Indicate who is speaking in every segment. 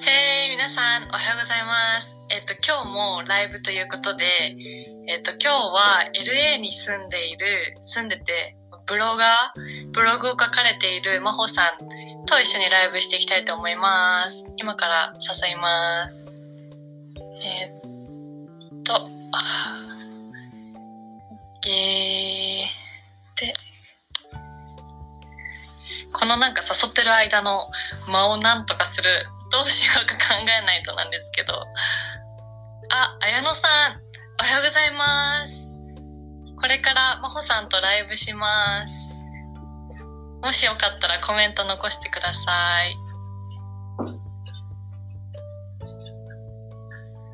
Speaker 1: さん、おはようございます。えっと、今日もライブということで、えっと、今日は LA に住んでいる、住んでて、ブロガー、ブログを書かれているまほさんと一緒にライブしていきたいと思います。今から誘います。えっと、あー OK。で、このなんか誘ってる間の間をなんとかするどうしようか考えないとなんですけどあ綾乃さんおはようございますこれから真帆さんとライブしますもしよかったらコメント残してください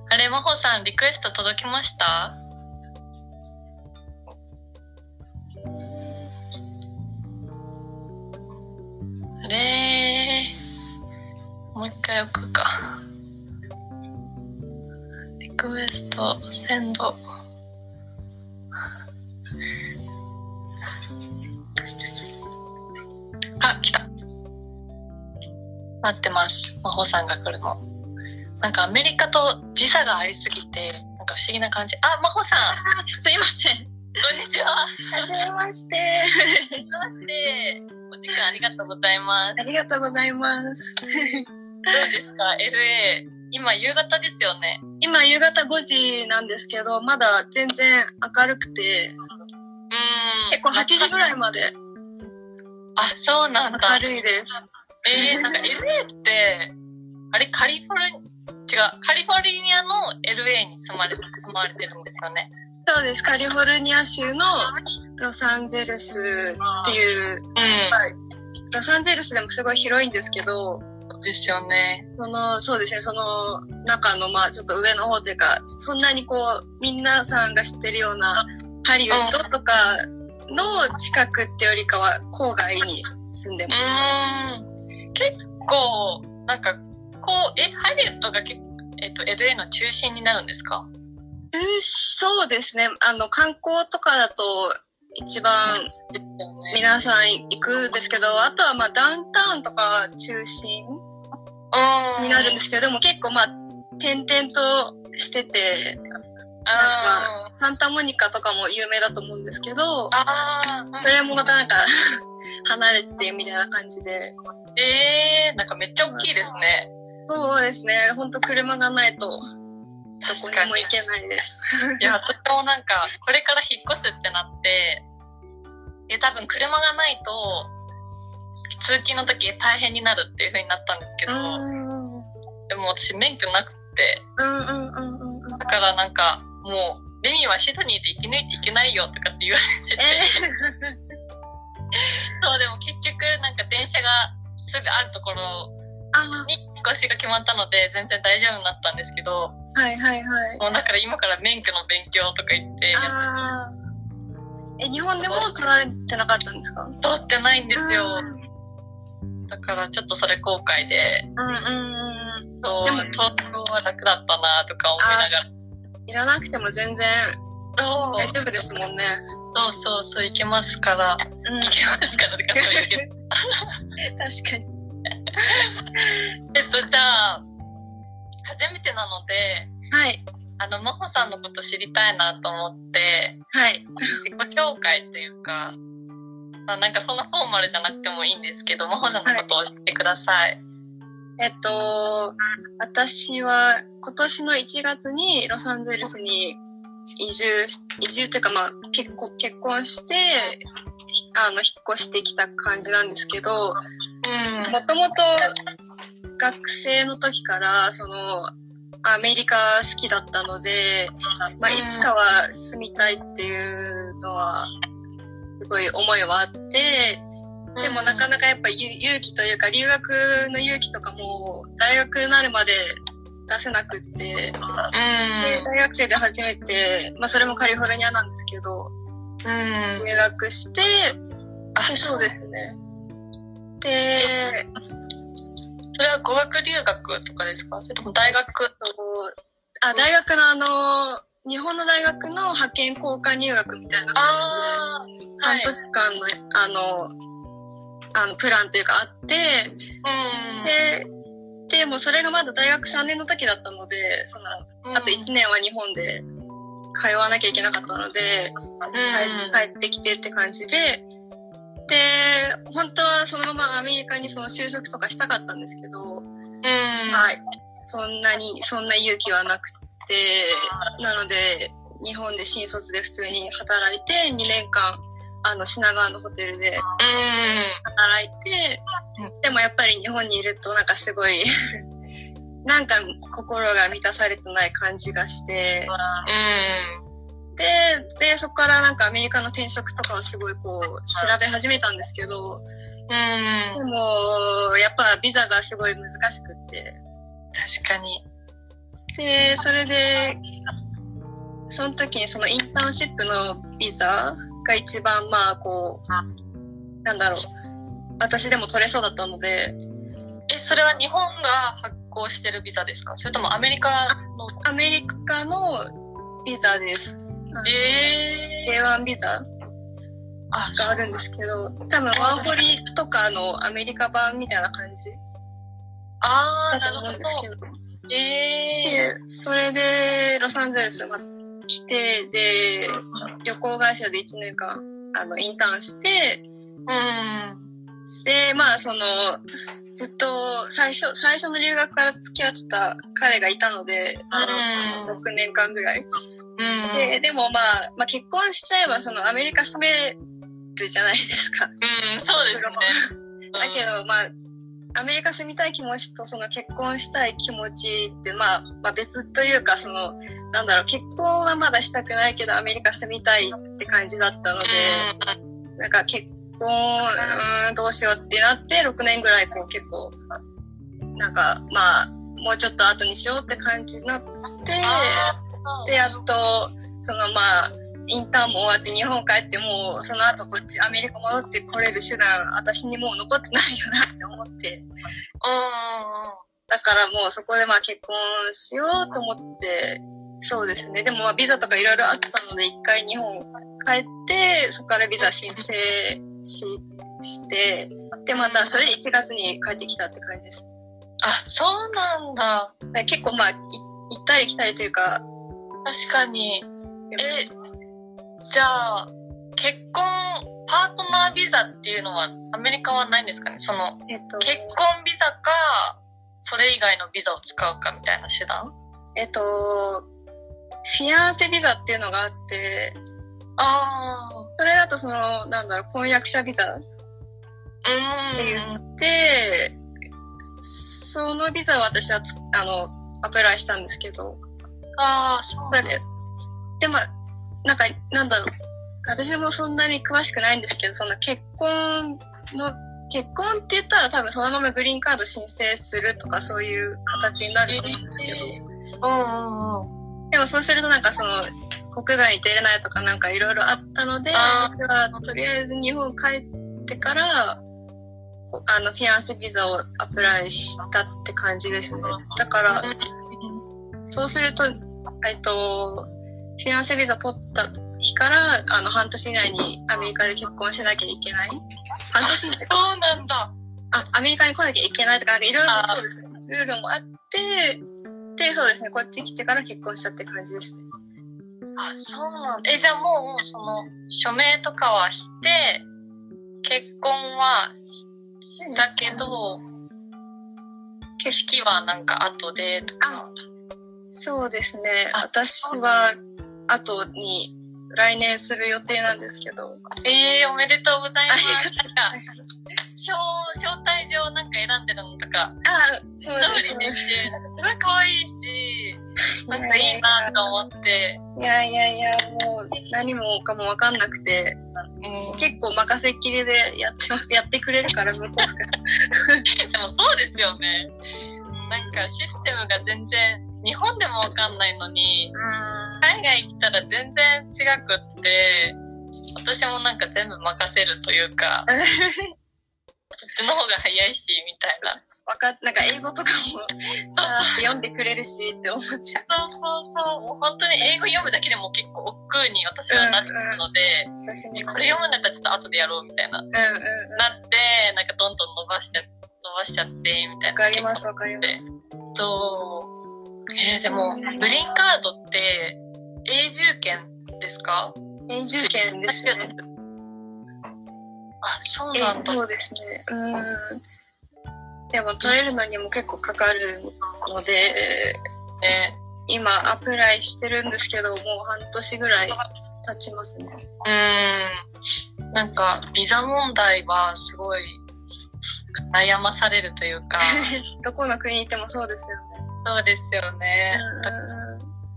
Speaker 1: あれ真帆さんリクエスト届きましたあれーもう一回置くか。リクエスト、センド。あ、来た。待ってます。真帆さんが来るの。なんかアメリカと時差がありすぎて、なんか不思議な感じ。あ、真帆さん、
Speaker 2: すいません。
Speaker 1: こんにちは。は
Speaker 2: はじめまして。
Speaker 1: じめまして。お時間ありがとうございます。
Speaker 2: ありがとうございます。
Speaker 1: どうですか LA 今夕方ですよね
Speaker 2: 今夕方5時なんですけど、まだ全然明るく
Speaker 1: うー
Speaker 2: て、
Speaker 1: ん
Speaker 2: 結構8時ぐらいまで
Speaker 1: あそうなんだ
Speaker 2: 明るいです。
Speaker 1: えー、なんか LA ってあれカリフォルニ違うカリフォルニアの LA に住まれ住まわれてるんですよね
Speaker 2: そうです。カリフォルニア州のロサンゼルスっていう、
Speaker 1: うん
Speaker 2: ロサンゼルスでもすごい広いんですけど、
Speaker 1: そうですよね
Speaker 2: その、そうですね、その中の、まあちょっと上の方というか、そんなにこう、みんなさんが知ってるようなハリウッドとかの近くってよりかは、郊外に住んで
Speaker 1: う
Speaker 2: ます。
Speaker 1: ーん結構なんかこうえハリウッドがけえっと LA の中心になるんですか
Speaker 2: うん、そうですね、あの、観光とかだと、一番
Speaker 1: ですよね
Speaker 2: 皆さん行くんですけど、あとはまあダウンタウンとか中心
Speaker 1: う
Speaker 2: になるんですけど、でも結構まあ、点々としてて、なん
Speaker 1: あ
Speaker 2: かサンタモニカとかも有名だと思うんですけ
Speaker 1: ー、
Speaker 2: ど
Speaker 1: あーうん
Speaker 2: それもまたなんか離れててみたいな感じで
Speaker 1: えー、なんかめっちゃ大きいですね
Speaker 2: そうですねほんと車がないとどこ
Speaker 1: 確かに
Speaker 2: にも行けないです
Speaker 1: いや私もなんかこれから引っ越すってなってで多分車がないと通勤の時大変になるっていう風になったんですけ
Speaker 2: う
Speaker 1: ど、
Speaker 2: んうん
Speaker 1: でも私免許なくて
Speaker 2: うんうんうんうん
Speaker 1: だからなんかもう「レミはシドニーで生き抜いていけないよ」とかって言われてて、
Speaker 2: えー
Speaker 1: そうでも結局なんか電車がすぐあるところ
Speaker 2: あ
Speaker 1: に引っ越しが決まったので全然大丈夫になったんですけど
Speaker 2: はいはいはい
Speaker 1: もうだから今から免許の勉強とか言って
Speaker 2: あーえ日本でも取られてなかったんですか
Speaker 1: 通ってないんですよ
Speaker 2: うん
Speaker 1: だからちょっとそれ後悔で
Speaker 2: うんうんうん
Speaker 1: そう
Speaker 2: でも
Speaker 1: 東京は楽だったなとか思いながら
Speaker 2: いらなくても全然
Speaker 1: そう
Speaker 2: 大丈夫ですもんね
Speaker 1: そうそうそういけますから
Speaker 2: う
Speaker 1: いけますからとかそういけ
Speaker 2: 確 かに
Speaker 1: えっとじゃあ初めてなので
Speaker 2: はい
Speaker 1: あの真帆さんのこと知りたいなと思って
Speaker 2: はい
Speaker 1: 自己紹介というか、まあ、なんかそんなフォーマルじゃなくてもいいんですけど真帆さんのことを教えてください。
Speaker 2: えっと、私は今年の1月にロサンゼルスに移住し、移住っていうかまあ結婚、結婚して、ひあの、引っ越してきた感じなんですけど、
Speaker 1: うん
Speaker 2: もともと学生の時から、その、アメリカ好きだったので、まあ、いつかは住みたいっていうのは、すごい思いはあって、でもなかなかやっぱゆ勇気というか留学の勇気とかも大学になるまで出せなくって、で
Speaker 1: うん
Speaker 2: 大学生で初めて、まあ、それもカリフォルニアなんですけ
Speaker 1: う
Speaker 2: ど
Speaker 1: ん
Speaker 2: 入学して
Speaker 1: あ
Speaker 2: でそうですねで
Speaker 1: それは語学留学とかですかそれとも大学
Speaker 2: そのあ大学のあの日本の大学の派遣交換入学みたいな感じで。
Speaker 1: ああ
Speaker 2: 半年間の、あの、あの、プランというかあって、
Speaker 1: うん
Speaker 2: で、て、もうそれがまだ大学3年の時だったので、その、あと1年は日本で通わなきゃいけなかったので、帰帰ってきてって感じで、で、本当はそのままアメリカにその就職とかしたかったんですけど、
Speaker 1: うん
Speaker 2: はい。そんなに、そんな勇気はなくて、なので、日本で新卒で普通に働いて、2年間、あの、品川のホテルで働いて
Speaker 1: う、
Speaker 2: でもやっぱり日本にいるとなんかすごい、 なんか心が満たされてない感じがして、で、で、そこからなんかアメリカの転職とかをすごいこう、調べ始めたんですけど、
Speaker 1: うんう
Speaker 2: で
Speaker 1: ん
Speaker 2: も、やっぱビザがすごい難しくって、
Speaker 1: 確かに
Speaker 2: でそれでその時にそのインターンシップのビザが一番まあこうなんだろう私でも取れそうだったので
Speaker 1: えそれは日本が発行してるビザですかそれともアメリカの
Speaker 2: アメリカのビザです
Speaker 1: ええ
Speaker 2: A1 ビザ
Speaker 1: あ
Speaker 2: があるんですけど多分ワーホリとかのアメリカ版みたいな感じ
Speaker 1: あ
Speaker 2: だ
Speaker 1: あなるほ
Speaker 2: と思うんですけ
Speaker 1: ど
Speaker 2: ど
Speaker 1: ええ
Speaker 2: でそれでロサンゼルスま来てで旅行会社で1年間あのインターンして
Speaker 1: うん
Speaker 2: でまあそのずっと最初最初の留学から付き合ってた彼がいたのでその
Speaker 1: うん
Speaker 2: 6年間ぐらい、
Speaker 1: うん
Speaker 2: ででも、まあ、まあ結婚しちゃえばそのアメリカ住めるじゃないですかだ
Speaker 1: うんそうですね
Speaker 2: けどまあアメリカ住みたい気持ちとその結婚したい気持ちって、まあ、まあ別というかそのなんだろう結婚はまだしたくないけどアメリカ住みたいって感じだったので、
Speaker 1: う
Speaker 2: なんか結婚、うーん、どうしようってなって、6年ぐらいこう結構、なんかまあ、もうちょっと後にしようって感じになって、
Speaker 1: ん
Speaker 2: で、やっと、そのまあ、インターンも終わって日本帰ってもうその後こっちアメリカ戻ってこれる手段私にもう残ってないよなって思って
Speaker 1: う
Speaker 2: だからもうそこでまあ結婚しようと思ってそうですねでもまあビザとかいろいろあったので一回日本帰ってそこからビザ申請ししてでまたそれ1月に帰ってきたって感じです
Speaker 1: んあそうなんだ
Speaker 2: だから結構まあい行ったり来たりというか
Speaker 1: 確かに
Speaker 2: で
Speaker 1: えじゃあ結婚パートナービザっていうのはアメリカはないんですかねその
Speaker 2: もえっと
Speaker 1: 結婚ビザかそれ以外のビザを使うかみたいな手段
Speaker 2: えっとフィアンセビザっていうのがあって
Speaker 1: ああ
Speaker 2: それだとそのなんだろう婚約者ビザ
Speaker 1: うん
Speaker 2: っていうでそのビザは私はつあのアプライしたんですけど
Speaker 1: ああそうな
Speaker 2: な
Speaker 1: んん
Speaker 2: ででもなんかなんだろう私もそんなに詳しくないんですけどその結婚の結婚って言ったら多分そのままグリーンカード申請するとかそういう形になると思うんですけど
Speaker 1: うんうんうん
Speaker 2: でもそうするとなんかその国外に出れないとかなんかいろいろあったので
Speaker 1: あー
Speaker 2: 私はとりあえず日本帰ってからこあのフィアンセビザをアプライしたって感じですねだからそうするとえっとフィアンセビザ取った日からあの半年以内にアメリカで結婚しなきゃいけない半年 以内
Speaker 1: そうなんだ
Speaker 2: あアメリカに来なきゃいけないとかなんかいろいろ
Speaker 1: あー
Speaker 2: そうですねルールもあってでそうですねこっち来てから結婚したって感じですね
Speaker 1: あそうなんだえじゃあもうその署名とかはして結婚はししたけど景色はなんか後でとか
Speaker 2: そうですね
Speaker 1: あ。
Speaker 2: 私は後に来年する予定なんですけど。
Speaker 1: えー、おめでとうございます。なんか、
Speaker 2: あ、
Speaker 1: 招招待状なんか選んでるのとか、
Speaker 2: そうで
Speaker 1: 一
Speaker 2: す
Speaker 1: 人で
Speaker 2: ね
Speaker 1: し。て、すごい可愛いし、なんかいいなと思って。
Speaker 2: いやいやいや、もう何もかもわかんなくて、
Speaker 1: うん
Speaker 2: 結構任せっきりでやってます。やってくれるから、向こうが。
Speaker 1: でもそうですよね。なんかシステムが全然、日本でもわかんないのに、 海外来たら全然違くって、私もなんか全部任せるというか、こっちの方が早いし、みたいな。
Speaker 2: わかっなんか英語とかもさ、読んでくれるしって思っちゃ
Speaker 1: そ
Speaker 2: う。
Speaker 1: うそうそう、もう本当に英語読むだけでも結構億劫に私はなってるので、
Speaker 2: 私
Speaker 1: え
Speaker 2: に
Speaker 1: これ読むんだったらちょっと後でやろうみたいなな
Speaker 2: うんうんう
Speaker 1: っ
Speaker 2: ん。
Speaker 1: てなんかどんどん伸ばして伸ばしちゃってみたいな
Speaker 2: わかります、わかります。
Speaker 1: そうえーでもグリーンカードって永住権ですか
Speaker 2: 永住権ですよね。
Speaker 1: あそうなんだ、
Speaker 2: そうですね。うん。でも取れるのにも結構かかるので、
Speaker 1: ね
Speaker 2: 今アプライしてるんですけど、もう半年ぐらい経ちますね。
Speaker 1: うーんなんかビザ問題はすごい悩まされるという か
Speaker 2: どこの国行ってもそうですよね。
Speaker 1: そうですよね、
Speaker 2: うん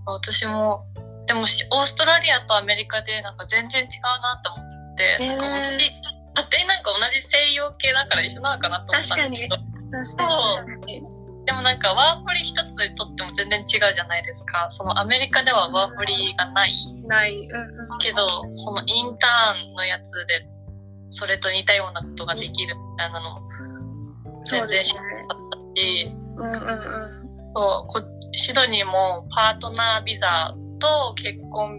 Speaker 1: 私もでもしオーストラリアとアメリカでなんか全然違うなと思って、
Speaker 2: ね
Speaker 1: な
Speaker 2: え
Speaker 1: んか本当に勝手になんか同じ西洋系だから一緒なのかなと思ったんですけど
Speaker 2: 確かに。
Speaker 1: でもなんかワーホリ一つとっても全然違うじゃないですかそのアメリカではワーホリがない
Speaker 2: ない。うんうん。
Speaker 1: けどそのインターンのやつでそれと似たようなことができるみたいなのも
Speaker 2: そうですね。
Speaker 1: あったし
Speaker 2: うんうんうん。
Speaker 1: そうこシドニーもパートナービザと結婚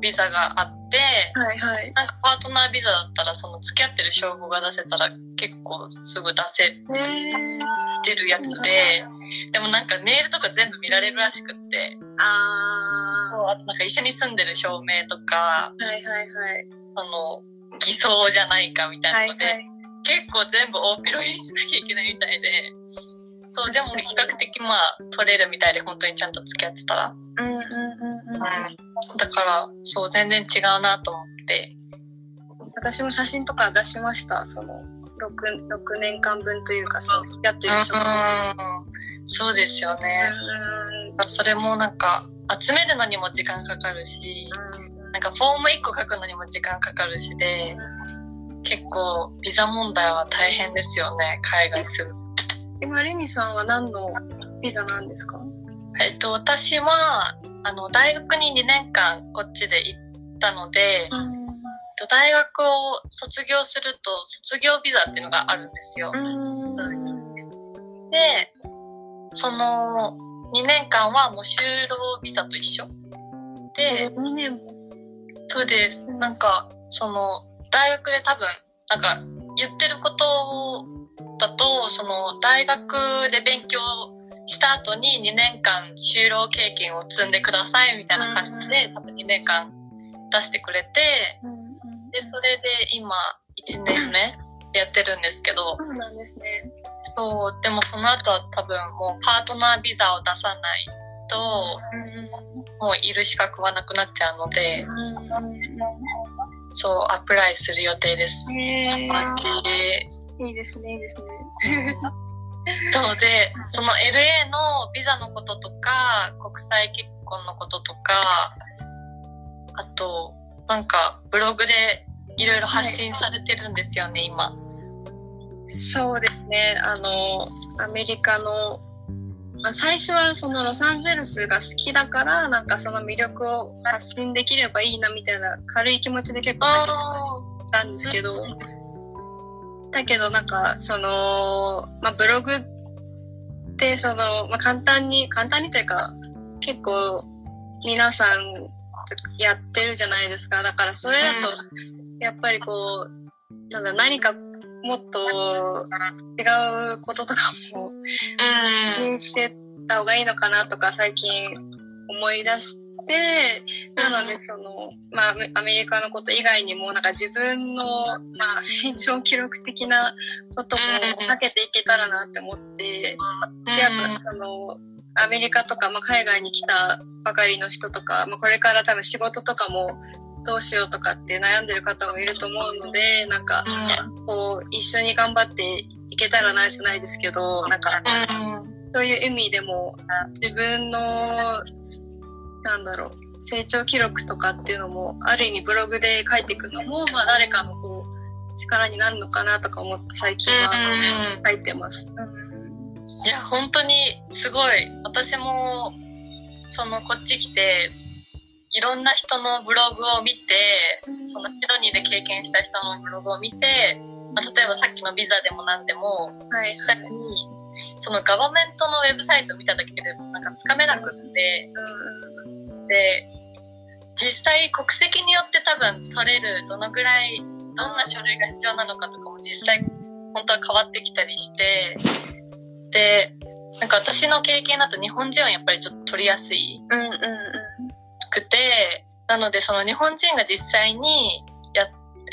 Speaker 1: ビザがあって
Speaker 2: はいはい。
Speaker 1: なんかパートナービザだったらその付き合ってる証拠が出せたら結構すぐ出せ
Speaker 2: ねえ。
Speaker 1: てるやつででもなんかメールとか全部見られるらしくって
Speaker 2: あ
Speaker 1: あとなんか一緒に住んでる証明とか
Speaker 2: ー。はいはいはい。
Speaker 1: あの偽装じゃないかみた
Speaker 2: はいい
Speaker 1: な
Speaker 2: は
Speaker 1: ので、
Speaker 2: い。
Speaker 1: 結構全部大ピロにしなきゃいけないみたいでそうでも比較的まあ取れるみたいで本当にちゃんと付き合ってたら、
Speaker 2: うんうんうんうん。
Speaker 1: だからそう全然違うなと思って
Speaker 2: 私も写真とか出しましたその 6, 6年間分というかその付き合ってる人
Speaker 1: うんそうですよね、それもなんか集めるのにも時間かかるしなんかフォーム1個書くのにも時間かかるしで結構ビザ問題は大変ですよね海外住む
Speaker 2: 今レミさんは何のビザなんですか
Speaker 1: えっと、私はあの大学に2年間こっちで行ったので、えっ
Speaker 2: うん
Speaker 1: と大学を卒業すると卒業ビザっていうのがあるんですよ。でその2年間はもう就労ビザと一緒で、
Speaker 2: 2年も
Speaker 1: そうですなんかその大学で多分なんか言ってることだとその大学で勉強した後に2年間就労経験を積んでくださいみたいな感じで多分2年間出してくれてでそれで今1年目やってるんですけど
Speaker 2: そうなんですね
Speaker 1: そうでもその後は多分もうパートナービザを出さないともういる資格はなくなっちゃうのでそうアプライする予定です。
Speaker 2: へ
Speaker 1: で
Speaker 2: ーいいですねいいですね
Speaker 1: そうでその LA のビザのこととか国際結婚のこととかあとなんかブログでいろいろ発信されてるんですよね、今。
Speaker 2: そうですねあのアメリカの、まあ、最初はそのロサンゼルスが好きだからなんかその魅力を発信できればいいなみたいな軽い気持ちで結構始め
Speaker 1: あ
Speaker 2: たんですけどだけどなんかその、まあ、ブログってその、まあ、簡単に簡単にというか結構皆さんやってるじゃないですかだからそれだとやっぱりこうなんだ何かもっと違うこととかも
Speaker 1: ー
Speaker 2: 気
Speaker 1: うん
Speaker 2: にしてた方がいいのかなとか最近思い出してなのでその、まあ、アメアメリカのこと以外にもなんか自分の、まあ、成長記録的なこともかけていけたらなって思ってでやっぱそのアメリカとか、まあ、海外に来たばかりの人とか、まあ、これから多分仕事とかもどうしようとかって悩んでる方もいると思うのでなんかこう一緒に頑張っていけたらなじゃないですけどなんか
Speaker 1: うんうん
Speaker 2: そういう意味でも自分のなんだろう成長記録とかっていうのもある意味ブログで書いていくのも、まあ、誰かのこう力になるのかなとか思って最近は
Speaker 1: うん
Speaker 2: 書いてます。
Speaker 1: いや本当にすごい私もそのこっち来ていろんな人のブログを見てそのシドニーで経験した人のブログを見て、まあ、例えばさっきのビザでも何でも
Speaker 2: はい
Speaker 1: 実際にそのガバメントのウェブサイト見ただけでなんかつかめなくってで実際国籍によって多分取れるどのぐらいどんな書類が必要なのかとかも実際本当は変わってきたりしてでなんか私の経験だと日本人はやっぱりちょっと取りやすい
Speaker 2: うんうんうん
Speaker 1: くてなのでその日本人が実際にや、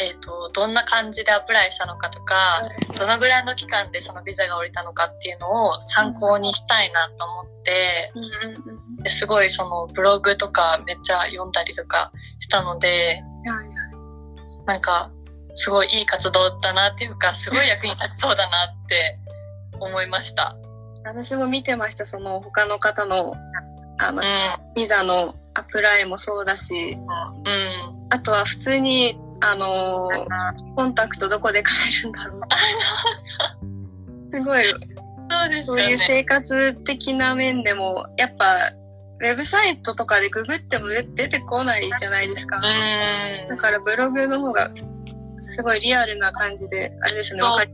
Speaker 1: えー、とどんな感じでアプライしたのかとかどのぐらいの期間でそのビザが降りたのかっていうのを参考にしたいなと思って。
Speaker 2: うんうんうん
Speaker 1: ですごいそのブログとかめっちゃ読んだりとかしたので
Speaker 2: はいはい
Speaker 1: なんかすごいいい活動だなっていうかすごい役に立ちそうだなって思いました。
Speaker 2: 私も見てましたその他の方のあの、
Speaker 1: う
Speaker 2: ビザのアプライもそうだし
Speaker 1: ん、うん、
Speaker 2: あとは普通にあのーコンタクトどこで買えるんだろ うすごい
Speaker 1: そうです
Speaker 2: そ
Speaker 1: よ
Speaker 2: ういう
Speaker 1: ね。
Speaker 2: 生活的な面でもやっぱウェブサイトとかでググっても出てこないじゃないですか、
Speaker 1: うん
Speaker 2: だからブログの方がすごいリアルな感じであれですね
Speaker 1: そう
Speaker 2: わかり